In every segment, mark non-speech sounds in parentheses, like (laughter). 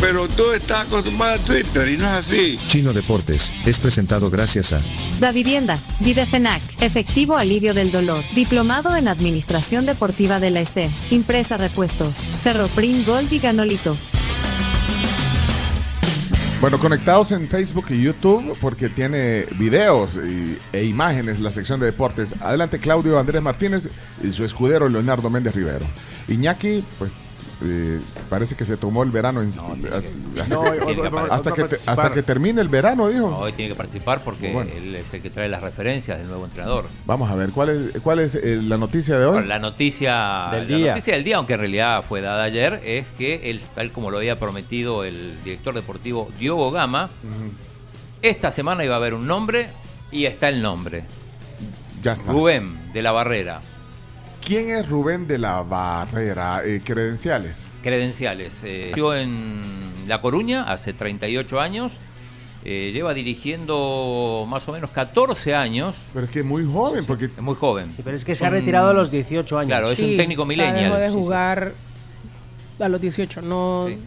Pero tú estás acostumbrado a Twitter y no es así. Chino Deportes es presentado gracias a Da Vivienda, Videfenac, Efectivo Alivio del Dolor, Diplomado en Administración Deportiva de la ESE, Impresa Repuestos, Ferroprim Gold y Ganolito. Bueno, conectados en Facebook y YouTube porque tiene videos y- e imágenes la sección de deportes. Adelante Claudio Andrés Martínez y su escudero Leonardo Méndez Rivero. Iñaki, pues eh, parece que se tomó el verano en- hasta, No, hoy- hoy- hoy- hasta hoy- hoy que va a te- participar. hasta que termine el verano, dijo. No, hoy tiene que participar porque Bueno. él es el que trae las referencias del nuevo entrenador. Vamos a ver, ¿cuál es, cuál es eh, la noticia de Ahora, hoy? la noticia Del la día. noticia del día, aunque en realidad fue dada ayer, es que él, tal como lo había prometido el director deportivo Diogo Gama, esta semana iba a haber un nombre y está el nombre. Ya está. Rubén de la Barrera. ¿Quién es Rubén de la Barrera? Eh, credenciales. credenciales. Eh, nació en La Coruña hace 38 años. Eh, lleva dirigiendo más o menos 14 años. Pero es que es muy joven, porque Mm. Es muy joven. Sí, pero es que se ha retirado a los 18 años. Claro, es un Sí, técnico o sea, Dejó de millennial. jugar a los 18, no, Sí.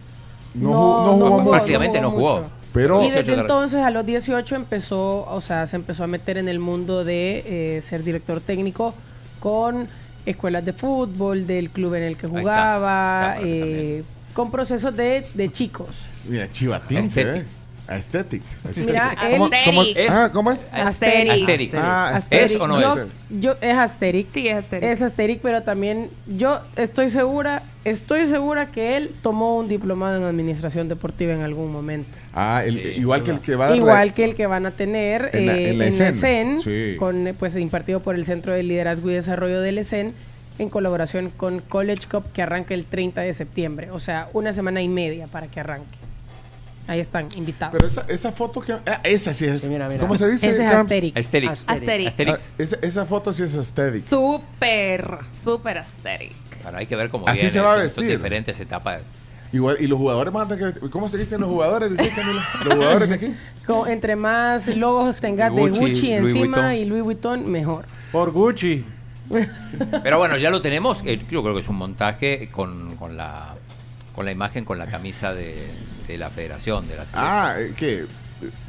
no, ju- no jugó mucho. Prácticamente no jugó. mucho. Pero Y 18 desde de- entonces a los 18 empezó, o sea, se empezó a meter en el mundo de eh, ser director técnico con escuelas de fútbol, del club en el que está, jugaba, está para que eh, también. con procesos de, de chicos. Mira, chivatín se ve. Aesthetic. Aesthetic. Mira, Aesthetic. él- ¿Cómo, cómo- Aesthetic. ah, ¿cómo es? Asterix. Asterix. Ah, ¿Es o no yo, es? yo- es Asterix. Sí, es Asterix. Es Asterix, pero también yo estoy segura, estoy segura que él tomó un diplomado en administración deportiva en algún momento. Ah, el- igual que el que va a Igual que el que van a tener En la- eh, en la en ESEN. la ESEN, Sí. con, eh, pues impartido por el Centro de Liderazgo y Desarrollo del ESEN, en colaboración con College Cup, que arranca el 30 de septiembre. O sea, una semana y media para que arranque. Ahí están, invitados. Pero esa, esa foto que. ah, esa sí es. Sí, mira, mira. ¿Cómo se dice? Ese es Camps? Asterix. Asterix. Asterix. Asterix. Ah, esa, esa foto sí es aesthetic. Súper, súper asterix. Ah, Bueno, hay que ver cómo Así viene, se va a son- vestir. Son diferentes etapas. Igual, y los jugadores más antes que. ¿Cómo se visten los jugadores? Decís, Camila? los jugadores de aquí. Co- entre más logos tengas de Gucci, Gucci Louis encima Vuitton. y Louis Vuitton, mejor. Por Gucci. Pero bueno, ya lo tenemos. Eh, Yo creo que es un montaje con, con la con la imagen, con la camisa de, de la federación, de la Ah, eh, ¿qué?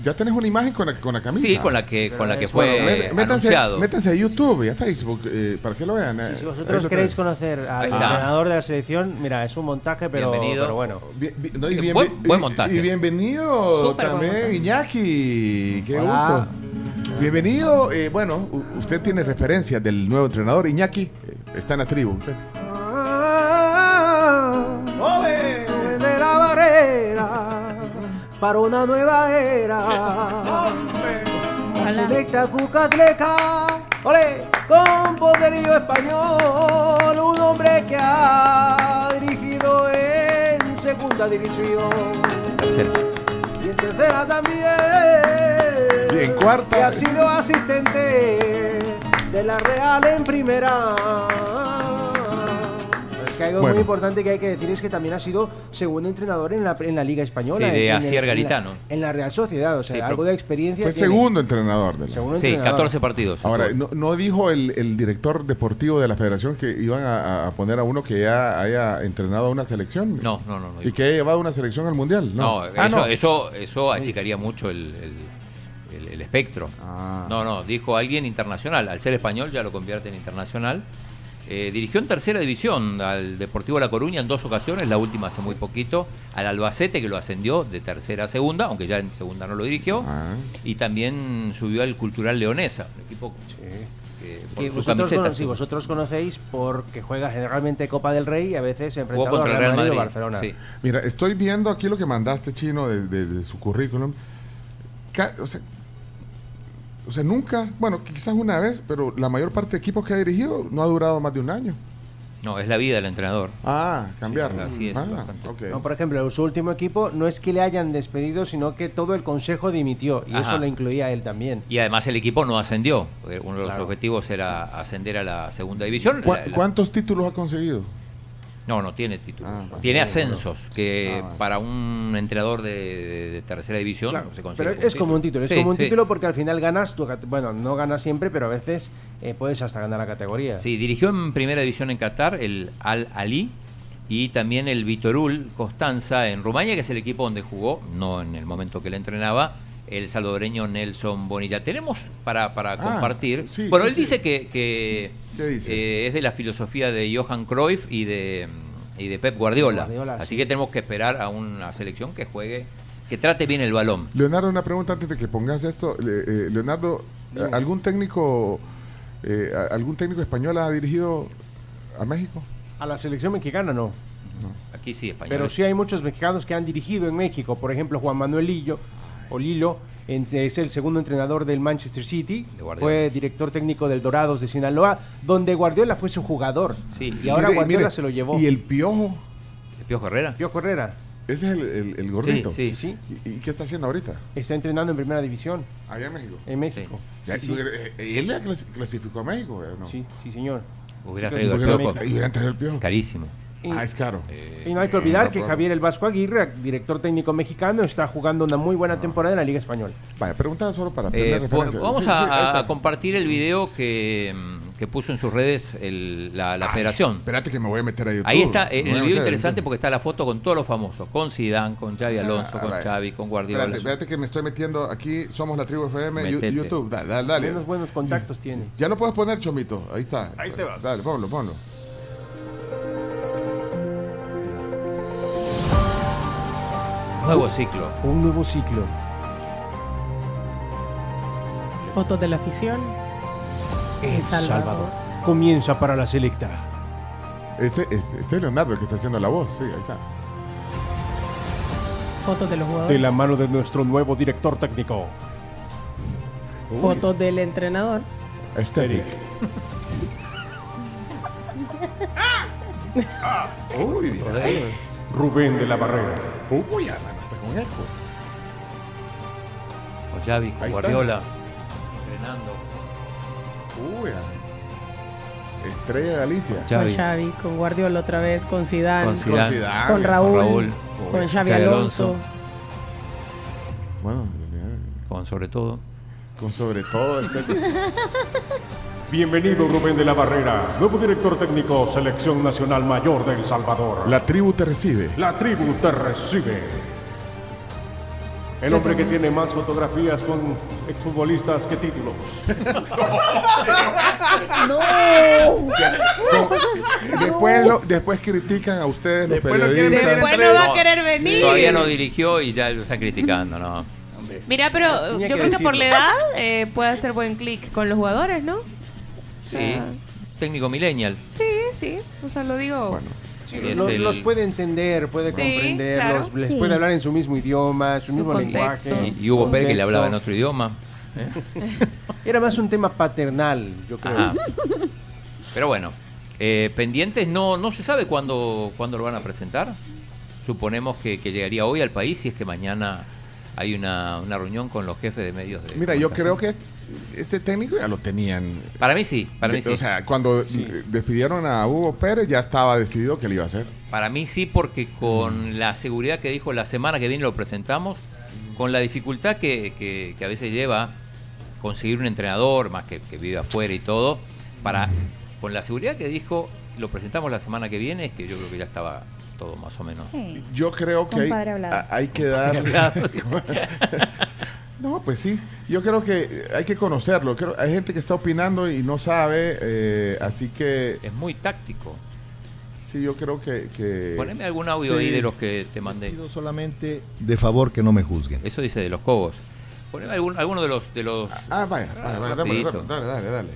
Ya tenés una imagen con la, con la camisa. Sí, con la que, con la que fue Bueno, met- métanse, anunciado. métanse a YouTube y a Facebook eh, para que lo vean. eh. Si Ahí vosotros lo queréis tenés. conocer al Ahí está. entrenador de la selección, mira, es un montaje, pero, Bienvenido. pero bueno. Bien- bien- no, y Eh, bien- buen- y- buen montaje. Y bienvenido Súper buen también, montaje. Iñaki. Qué Hola. gusto. Bienvenido. eh, bueno, u- usted tiene referencia del nuevo entrenador, Iñaki. eh, está en la tribu. usted. Ah, de la barrera para una nueva era. Selecta Cucatleca, ole, con poderío español, un hombre que ha dirigido en segunda división Tercero. y en tercera también. Y en cuarta. Que ha sido asistente de la Real en primera. Es que algo Bueno. muy importante que hay que decir es que también ha sido segundo entrenador en la, en la Liga Española. Sí, de en- en Asier el- en la- Garitano. En la, Real Sociedad, o sea, Sí, pero- algo de experiencia. Fue tiene. segundo entrenador. de la- Segundo Sí, entrenador. 14 partidos. Ahora, no, no dijo el, el director deportivo de la federación que iban a, a- a poner a uno que ya haya entrenado a una selección. No, no, no, no Y dijo. que haya llevado una selección al mundial. No, No, Ah, eso, no. eso eso achicaría mucho el, el- el- el espectro. Ah. No, no, dijo alguien internacional. Al ser español ya lo convierte en internacional. Eh, dirigió en tercera división al Deportivo La Coruña en dos ocasiones, la última hace muy poquito, al Albacete que lo ascendió de tercera a segunda, aunque ya en segunda no lo dirigió, Ah. y también subió al Cultural Leonesa, un equipo que por Que su vosotros, camiseta cono- si vosotros conocéis porque juega generalmente Copa del Rey y a veces jugó enfrentado a contra el Real Madrid. o Barcelona. sí. Mira, estoy viendo aquí lo que mandaste chino de, de- de su currículum. Ca- o, sea, o sea, nunca, bueno, quizás una vez, pero la mayor parte de equipos que ha dirigido no ha durado más de un año. No, es la vida del entrenador. Ah, cambiarlo. así es, Ah, bastante. ok. No, por ejemplo, su último equipo no es que le hayan despedido, sino que todo el consejo dimitió. Y Ajá. eso lo incluía él también. Y además el equipo no ascendió. porque Uno de los Claro. objetivos era ascender a la segunda división. ¿Cu- La- la- ¿Cuántos títulos ha conseguido? No, no tiene títulos. Ah, bueno. tiene ascensos, que Ah, bueno. para un entrenador de, de- de tercera división no se consigue. Pero ningún es como un título, es Sí, como un sí. título porque al final ganas, tu cate- bueno, no ganas siempre, pero a veces eh, puedes hasta ganar la categoría. Sí, dirigió en primera división en Qatar el Al Ali y también el Vitorul Constanza en Rumania, que es el equipo donde jugó, no en el momento que le entrenaba, el salvadoreño Nelson Bonilla. Tenemos para, para Ah, compartir. sí, bueno, sí, él sí. dice que, que, ¿Qué dice? eh, es de la filosofía de Johan Cruyff y de, y de Pep Guardiola. Guardiola, Así sí. que tenemos que esperar a una selección que juegue, que trate bien el balón. Leonardo, una pregunta antes de que pongas esto. Le- eh, Leonardo, ¿algún técnico eh, a- algún técnico español ha dirigido a México? A la selección mexicana no, Aquí sí, español. pero sí hay muchos mexicanos que han dirigido en México. Por ejemplo, Juan Manuel Lillo, o Lilo, en- es el segundo entrenador del Manchester City, De Guardiola. fue director técnico del Dorados de Sinaloa, donde Guardiola fue su jugador. Sí. Y ahora Mire, Guardiola mire, se lo llevó. ¿Y el piojo? Pío Herrera. Pío Correra Ese es el, el- el gordito. Sí, sí. ¿Y, y qué está haciendo ahorita? está entrenando en primera división Allá en México. Eh, en México. Ya, Sí, y- sí. eh, eh, él ya clasi- clasificó a México? eh, ¿no? Sí, sí, señor. Hubiera Sí, traído al clasificó a Piojo. Ahí hubiera entrado el piojo. Carísimo. Y- Ah, es caro. Eh. Y no hay que olvidar que Tampoco. Javier El Vasco Aguirre, director técnico mexicano, está jugando una muy Ah. buena temporada en la Liga Española. Vaya, pregunta solo para Eh, tener pues, referencia. vamos Sí, a, sí, ahí a está. compartir el video que, mm, que puso en sus redes el- la, la federación. Ah, Espérate que me voy a meter a YouTube. Ahí está, Me voy a eh, el meter video a interesante YouTube. porque está la foto con todos los famosos, con Zidane, con Xavi Alonso, Ah, con vaya. Xavi, con Espérate, Guardiola. espérate que me estoy metiendo aquí. Somos la tribu FM, Yu- Metete. YouTube. Dale, dale, dale. Unos buenos contactos tiene. Ya lo puedes poner, Chomito. Ahí está. Ahí te vas. Dale, ponlo, ponlo. Nuevo ciclo. Un nuevo ciclo. Fotos de la afición. El Salvador. Salvador. Comienza para la selecta. Ese, este, este es Leonardo el que está haciendo la voz. Sí, ahí está. Fotos de los De la jugadores. mano de nuestro nuevo director técnico. Uy, Fotos del entrenador. Aesthetic. (laughs) Uy, mira. Rubén de la Barrera. Uy, Alan, hasta con eco. Con Xavi, con Ahí está. Guardiola. Entrenando. Uy, Alan. Estrella de Alicia. Xavi. Con Xavi, con Guardiola otra vez, con Zidane, Con con, Zidane. Zidane. con Raúl, con, Raúl. Xavi, Xavi Alonso. Alonso. Bueno, mira, Con sobre todo. con sobre todo este. Bienvenido Rubén de la Barrera, nuevo director técnico Selección Nacional Mayor de El Salvador. La tribu te recibe. La tribu te recibe. El hombre que tiene más fotografías con exfutbolistas que títulos. Con- después, lo- después critican a ustedes los Después lo quieren periodistas. tener Después no va a querer venir. Todavía no dirigió y ya lo está criticando, ¿no? Mira, pero Tenía yo que creo que por decirlo. la edad eh, puede hacer buen clic con los jugadores, ¿no? Sí. Técnico millennial. Sí, sí. O sea, lo digo. Es los, el- los puede entender, puede Sí, comprender, claro. los- les Sí. puede hablar en su mismo idioma, su, Su mismo contexto. lenguaje. y, y Hugo Pérez que le hablaba en contexto. otro idioma. Era más un tema paternal, yo creo. Ajá. Pero bueno, eh, pendientes no, no se sabe cuándo, cuándo lo van a presentar. Suponemos que, que llegaría hoy al país si es que mañana hay una, una reunión con los jefes de medios de Mira, yo creo comunicación. que este, este técnico ya lo tenían. Para mí sí, para mí sí. O sea, cuando eh, despidieron a Hugo Pérez ya estaba decidido que le iba a hacer. Para mí sí, Mm. porque con la seguridad que dijo la semana que viene lo presentamos, Mm. con la dificultad que, que- que a veces lleva conseguir un entrenador, más que, que vive afuera y todo, para con la seguridad que dijo lo presentamos la semana que viene, es que yo creo que ya estaba todo más o menos. Sí. Yo creo que hay, Compadre hablado. a- hay que dar... (laughs) no, pues sí. Yo creo que hay que conocerlo. Creo, hay gente que está opinando y no sabe. eh, así que Es muy táctico. sí, yo creo que... que- Poneme algún audio Sí. ahí de los que te mandé. solamente de favor que no me juzguen. Eso dice de los cobos. Poneme algún- alguno de los de los Ah, vaya, vaya, vaya, dame, Rapidito. dale, dale, dale.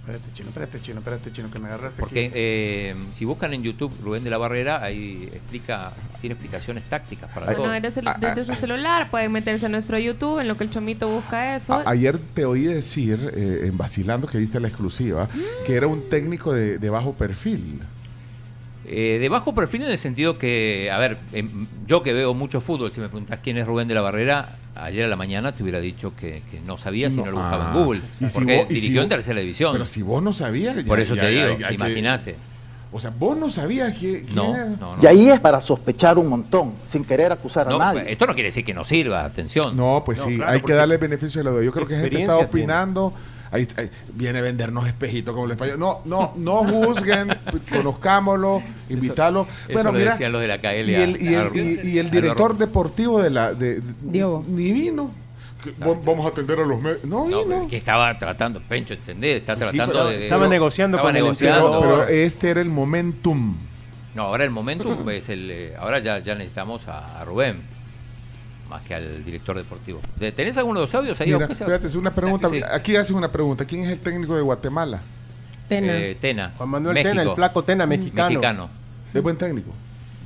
Espérate, chino, espérate, chino, espérate, chino, que me agarraste. porque eh, si buscan en YouTube Rubén de la Barrera ahí explica tiene explicaciones tácticas para todo. Bueno, desde, su- Ah, ah, desde su celular pueden meterse a nuestro YouTube en lo que el chomito busca eso. A- ayer te oí decir, eh, en Vacilando, que viste la exclusiva, que era un técnico de, de bajo perfil. Eh, de bajo perfil en el sentido que, a ver, em, yo que veo mucho fútbol, si me preguntás quién es Rubén de la Barrera, ayer a la mañana te hubiera dicho que, que no sabías si no lo buscaba ah, en Google. y si porque vos- y si dirigió en vos- tercera división. Pero si vos no sabías. ya- Por eso ya- te ya- digo, ya- ya- imagínate. O sea, vos no sabías que. que No, era- no, no. Y ahí es para sospechar un montón, sin querer acusar a No, nadie. esto no quiere decir que no sirva, atención. No, pues No, sí, claro, hay que porque darle el beneficio de la duda. Yo creo que gente está experiencia tiene. opinando. Ahí, ahí- viene a vendernos espejitos como el español. No, no, no (laughs) juzguen, conozcámoslo, invitarlo. eso Bueno, lo mira, decían los de la KL y a- el, y el- a- y- y el a- director deportivo de la. De, Diego. Ni vino. Que vos- Vamos a atender a los medios. No, No, vino. pero que estaba tratando, Pencho, ¿entendés? Está Sí, tratando pero- de, de- Estaba negociando estaba con el negociando. Pero- pero este era el momentum. No, ahora (laughs) el momento es el. eh, ahora ya, ya necesitamos a, a Rubén, más que al director deportivo. ¿Te- ¿Tenés alguno de los audios ahí? Mira, aunque sea? espérate, es una pregunta. Sí. Aquí hacen una pregunta. ¿Quién es el técnico de Guatemala? Tena. Eh, Tena. Juan Manuel México. Tena, el flaco Tena mexicano. Mexicano. Es buen técnico.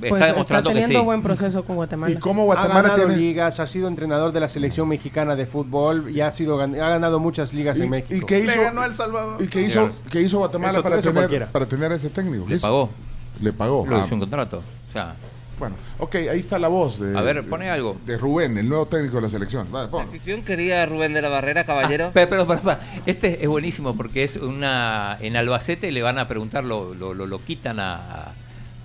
Está Pues demostrando que teniendo sí. buen proceso con Guatemala. ¿Y cómo ha Guatemala ganado tiene.? ligas, ha sido entrenador de la selección mexicana de fútbol y ha sido gan- ha ganado muchas ligas en México. ¿Y qué hizo, El Salvador. y qué hizo, Claro. qué hizo Guatemala Eso- para, eso tener, cualquiera. para tener ese técnico? Le Eso- pagó. Le pagó. Lo Ah, hizo un contrato. O sea, bueno, ok, ahí está la voz de, A ver, pone algo. de Rubén, el nuevo técnico de la selección. Vale, pon. quería Rubén de la Barrera, caballero. Pero, pero, pero, pero, este es buenísimo porque es una. En Albacete le van a preguntar, lo, lo, lo- lo quitan a,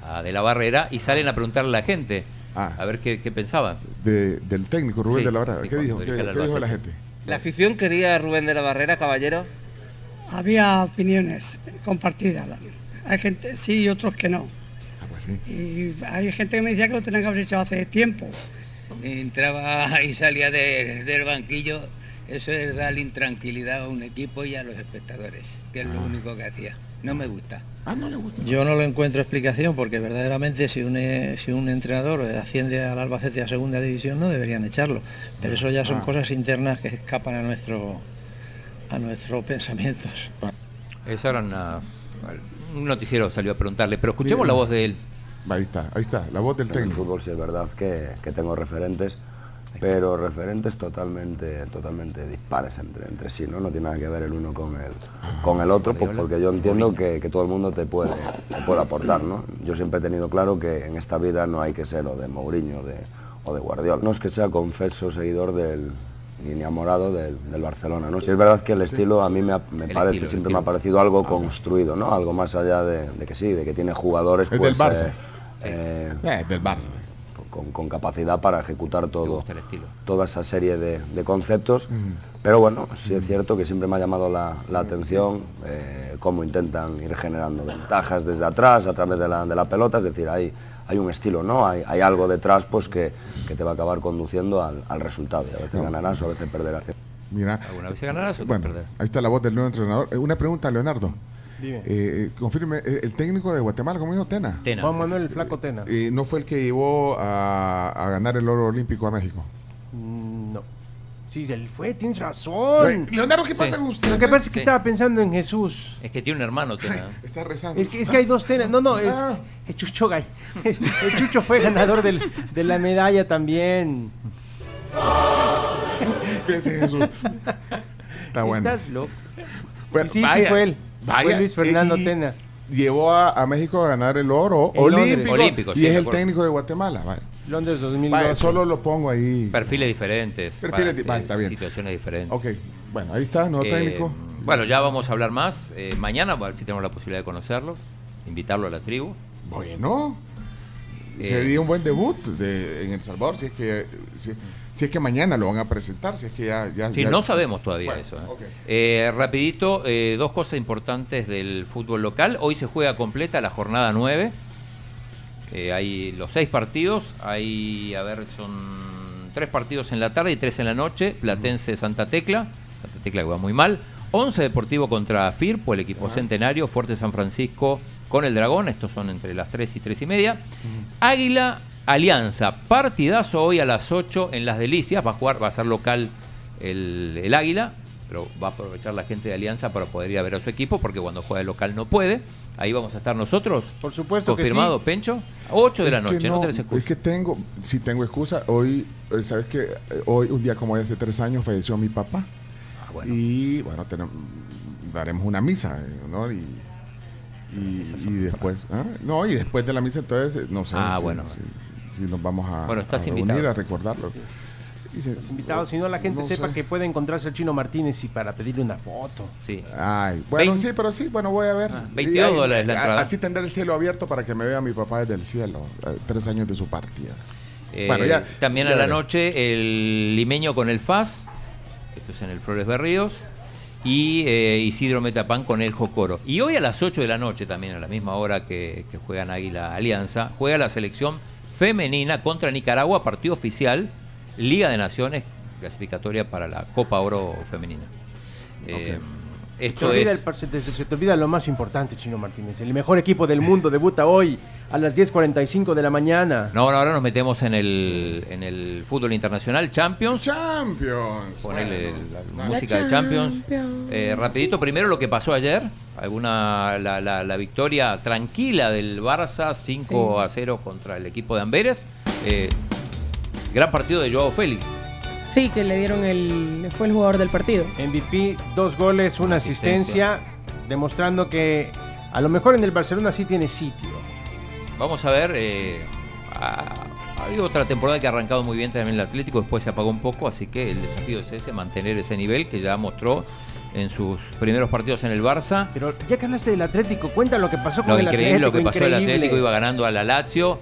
a- de la barrera y salen a preguntarle a la gente Ah. a ver qué, qué pensaba. De- del técnico Rubén Sí, de la Barrera. sí, ¿Qué cuando dijo? ¿Qué, dirige el qué dijo la Albacete. gente? La afición quería Rubén de la Ah. Barrera, caballero. Había opiniones compartidas. Hay gente sí y otros que no. Ah, pues sí. Y hay gente que me decía que lo tenían que haber hecho hace tiempo. Entraba (laughs) y salía de- del banquillo. Eso es darle intranquilidad a un equipo y a los espectadores, que es lo único que hacía. No me gusta. Ah, no le gusta. Yo no lo encuentro explicación porque verdaderamente si un, eh, si un entrenador asciende al Albacete a segunda división no deberían echarlo. Pero eso ya son Ah. cosas internas que escapan a nuestro a nuestros pensamientos. Ah. Esa era una- un noticiero salió a preguntarle, pero escuchemos la voz de él. Ahí está, ahí está, la voz Ah, del En el técnico. fútbol sí es verdad que, que tengo referentes, pero referentes totalmente, totalmente dispares entre, entre sí, ¿no? No tiene nada que ver el uno con el, con el otro, pues porque yo entiendo que, que todo el mundo te puede, te puede aportar, ¿no? Yo siempre he tenido claro que en esta vida no hay que ser o de Mourinho o de, o de Guardiola. No es que sea confeso seguidor del y enamorado del, del Barcelona, ¿no? Sí es verdad que el estilo a mí me, ha- me El parece, estilo, el siempre me ha estilo. parecido algo construido, ¿no? Algo más allá de, de que sí, de que tiene jugadores Es del pues, Barça. eh, eh, del Barça. con, con capacidad para ejecutar todo, gusta el estilo. toda esa serie de, de conceptos. Pero bueno, sí es cierto que siempre me ha llamado la, la atención eh, cómo intentan ir generando ventajas desde atrás, a través de la, de la pelota, es decir, hay, hay un estilo, ¿no? Hay, hay algo detrás pues que, que te va a acabar conduciendo al, al resultado. Y a veces ganarás o a veces perderás. Mira, Alguna vez se ganarás o te bueno, perderás. ahí está la voz del nuevo entrenador. Eh, Una pregunta, Leonardo. Eh, eh, confirme, eh, el técnico de Guatemala, ¿cómo dijo Tena? Tena. Juan Manuel el flaco Tena. Eh, ¿No fue el que llevó a, a ganar el oro olímpico a México? Mm, No. Sí, él fue, tienes razón. Güey, Leonardo, ¿qué pasa con usted? Lo que pasa es Sí. que estaba pensando en Jesús. Es que tiene un hermano, (laughs) Tena. Está rezando. Es que, es que hay dos tenas. No, no, es, Ah. es Chucho Gay. (laughs) El Chucho fue ganador del- de la medalla también. Piensa en Jesús. Está bueno. Estás loco. Bueno, Y sí, sí fue él. Fue Luis Fernando y- y Tena. Llevó a, a México a ganar el oro En Londres. olímpico. Olímpico, sí, y es de el acuerdo. técnico de Guatemala. Vaya. Londres Vaya, 2009. solo lo pongo ahí. Perfiles diferentes. Perfiles di- para- va, está bien. Situaciones diferentes. Ok, bueno, ahí está, nuevo Eh, técnico. Bueno, ya vamos a hablar más. eh, mañana, a ver si tenemos la posibilidad de conocerlo, invitarlo a la tribu. Bueno, Eh, sería un buen debut de- en El Salvador si es que si, si es que mañana lo van a presentar, si es que ya. ya- Sí, ya- no sabemos todavía Bueno, eso. ¿eh? ok. Eh, rapidito, eh, dos cosas importantes del fútbol local. Hoy se juega completa la jornada 9. Eh, hay los seis partidos. Hay, a ver, son tres partidos en la tarde y tres en la noche. Platense Santa Tecla. Santa Tecla que va muy mal. Once Deportivo contra Firpo, el equipo centenario. Fuerte San Francisco con el Dragón. Estos son entre las 3 y 3 y media. Águila Alianza. Partidazo hoy a las 8 en Las Delicias. Va a jugar, va a ser local el, el Águila, pero va a aprovechar la gente de Alianza para poder ir a ver a su equipo, porque cuando juega el local no puede. Ahí vamos a estar nosotros. Por supuesto que Confirmado, sí. Pencho. 8 de la Es que noche, no, no, tenés excusa. Es que tengo, si tengo excusa, hoy, eh, sabes que hoy, un día como hoy, hace tres años, falleció mi papá. Ah, bueno. Y bueno, tenem- daremos una misa en honor y, eh, Y, y después, ¿ah? no, y después de la misa, entonces, eh, no sé Ah, si, bueno. si- si nos vamos a, Bueno, estás a reunir, invitado. a recordarlo. Dice, Estás invitado, si no la gente no sepa sé. que puede encontrarse al Chino Martínez y para pedirle una foto. Sí. Ay, bueno, Vein- sí, pero sí, bueno, voy a ver. Ah, 22 Y ahí- dólares la a- entrada. Así tendré el cielo abierto para que me vea mi papá desde el cielo, eh, tres años de su partida. Eh, Ah, bueno, ya. también ya a la veré. noche el limeño con el FAS, esto es en el Flores Berríos, y eh, Isidro Metapán con el Jocoro. Y hoy a las 8 de la noche, también a la misma hora que, que juegan Águila Alianza, juega la selección femenina contra Nicaragua, partido oficial, Liga de Naciones, clasificatoria para la Copa Oro Femenina. Eh, Se te, Esto olvida es... el par- se te- se te olvida lo más importante, Chino Martínez. El mejor equipo del mundo debuta hoy a las 10.45 de la mañana. No, ahora nos metemos en el, en el fútbol internacional, Champions. Champions. Ponele la, la La música de Champions. Eh, rapidito, primero lo que pasó ayer. Alguna la, la- la victoria tranquila del Barça, 5 Sí. a 0 contra el equipo de Amberes. Eh, gran partido de Joao Félix. Sí, que le dieron el. Fue el jugador del partido. MVP, dos goles, una asistencia, demostrando que a lo mejor en el Barcelona sí tiene sitio. Vamos a ver. eh, ha, ha habido otra temporada que ha arrancado muy bien también el Atlético, después se apagó un poco, así que el desafío es ese, mantener ese nivel que ya mostró en sus primeros partidos en el Barça. Pero ya que hablaste del Atlético, cuenta lo que pasó con Lo el increíble Atlético. lo que pasó el increíble. Atlético, iba ganando a la Lazio.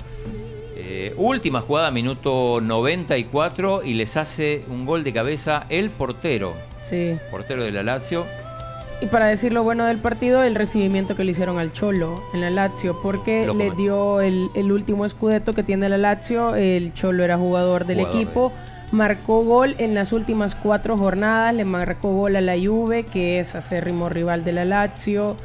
Eh, última jugada, minuto 94, y les hace un gol de cabeza el portero, Sí. portero de la Lazio. Y para decir lo bueno del partido, el recibimiento que le hicieron al Cholo en la Lazio, porque Lo le comenté. dio el, el último escudeto que tiene la Lazio. El Cholo era jugador del Jugador eh. equipo, marcó gol en las últimas cuatro jornadas, le marcó gol a la Juve, que es acérrimo rival de la Lazio.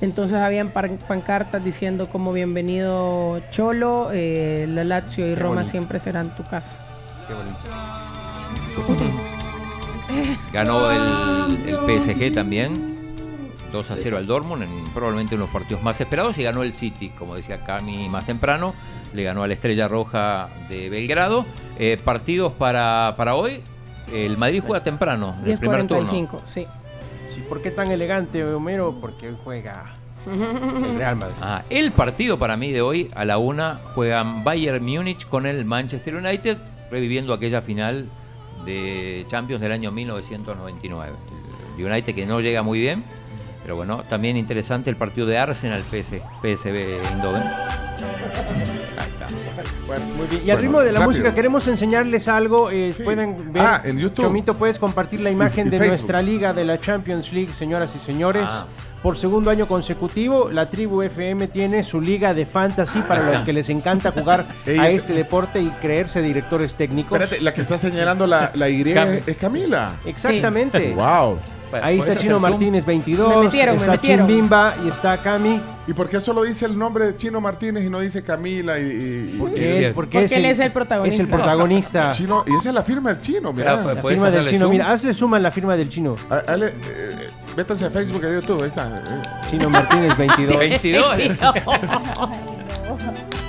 Entonces habían pan- pancartas diciendo como bienvenido Cholo, eh, la Lazio y Qué Roma bonito. siempre serán tu casa. Qué bonito. Ganó el, el PSG también. 2 a 0 al Dortmund, en probablemente uno de los partidos más esperados, y ganó el City, como decía Cami más temprano, le ganó a la Estrella Roja de Belgrado. Eh, partidos para, para hoy, el Madrid juega temprano, en el primer turno. 10.45, sí. Sí, ¿Por qué tan elegante, Homero? Porque hoy juega el Real Madrid. Ah, el partido para mí de hoy, a la una, juegan Bayern Múnich con el Manchester United, reviviendo aquella final de Champions del año 1999. El United que no llega muy bien, pero bueno, también interesante el partido de Arsenal PS PSV Eindhoven. Ahí está. Bueno, Muy bien. Y al ritmo de la rápido. música queremos enseñarles algo. eh, Pueden ver. Ah, en YouTube. Chomito, puedes compartir la imagen y de Facebook. nuestra liga de la Champions League, señoras y señores. Ah. Por segundo año consecutivo, la Tribu FM tiene su liga de fantasy para los que les (laughs) encanta jugar Ey, a es- este deporte y creerse directores técnicos. Espérate, la que está señalando la, la Y es, es Camila. Exactamente. Wow. Ahí está Chino Martínez 22, Me metieron, me está metieron. Chimbimba y está Cami. ¿Y por qué solo dice el nombre de Chino Martínez y no dice Camila? Y, y- ¿Por y- qué? y- Porque Porque es él el- es el protagonista. es (laughs) el protagonista. Chino, y esa es la firma del chino, mira. La firma del chino, mira, hazle suma en la firma del chino. Vétanse eh, a Facebook, a YouTube, ahí está. eh. Chino Martínez (laughs) 22. 22.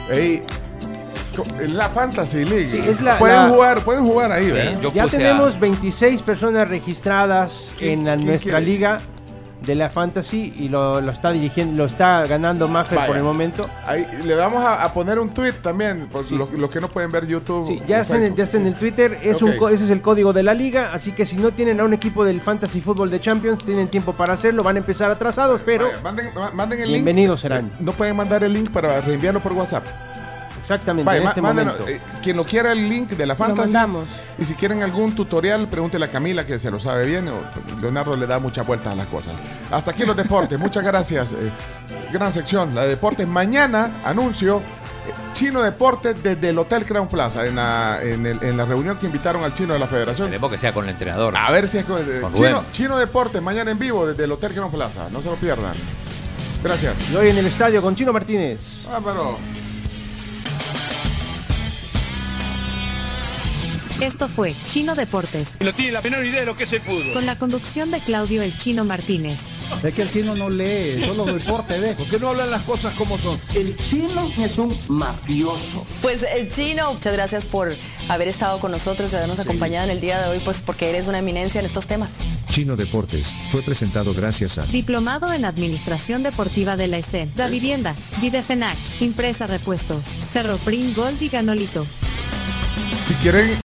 eh. Ey, co- la Fantasy League. Sí, es la- pueden la- jugar, pueden jugar ahí, ¿eh? ¿verdad? ya tenemos 26 personas registradas ¿Qué- en la- qué nuestra quiere? liga de la fantasy y lo, lo está dirigiendo, lo está ganando Maffer Vaya. por el momento. Ahí, le vamos a, a poner un tweet también, por los, los que no pueden ver YouTube. Sí, ya, está en el, ya está en el Twitter, es Uh, un Ok. co- ese es el código de la liga, así que si no tienen a un equipo del Fantasy Fútbol de Champions, tienen tiempo para hacerlo, van a empezar atrasados, pero Vaya, manden, ma- manden el link. Eh, bienvenidos serán. No pueden mandar el link para reenviarlo por WhatsApp. Exactamente, Vaya, en ma- este mándenos, momento. eh, quien no quiera el link de la fantasy. mandamos. Y si quieren algún tutorial, pregúntele a Camila que se lo sabe bien. o pues, Leonardo le da muchas vueltas a las cosas. Hasta aquí los (laughs) deportes. muchas gracias. eh, gran sección, la de deportes. Mañana anuncio eh, Chino Deportes desde el Hotel Crown Plaza en la, en el- en la reunión que invitaron al chino de la Federación. Esperemos que sea con el entrenador. A ver si es con el- Con Rubén. Chino, Chino Deportes mañana en vivo desde el Hotel Crown Plaza. No se lo pierdan. Gracias. Y hoy en el estadio con Chino Martínez. Ah, pero- Esto fue Chino Deportes, No tiene la menor idea de lo que es el fútbol. con la conducción de Claudio El Chino Martínez. Es que el chino no lee, solo deporte ve. ¿Por qué no hablan las cosas como son? El chino es un mafioso. Pues el chino, muchas gracias por haber estado con nosotros y habernos acompañado en el día de hoy, pues porque eres una eminencia en estos temas. Chino Deportes fue presentado gracias a Diplomado en Administración Deportiva de la ESE, Da Vivienda, Videfenac, Impresa Repuestos, Ferroprim Gold y Ganolito. Si quieren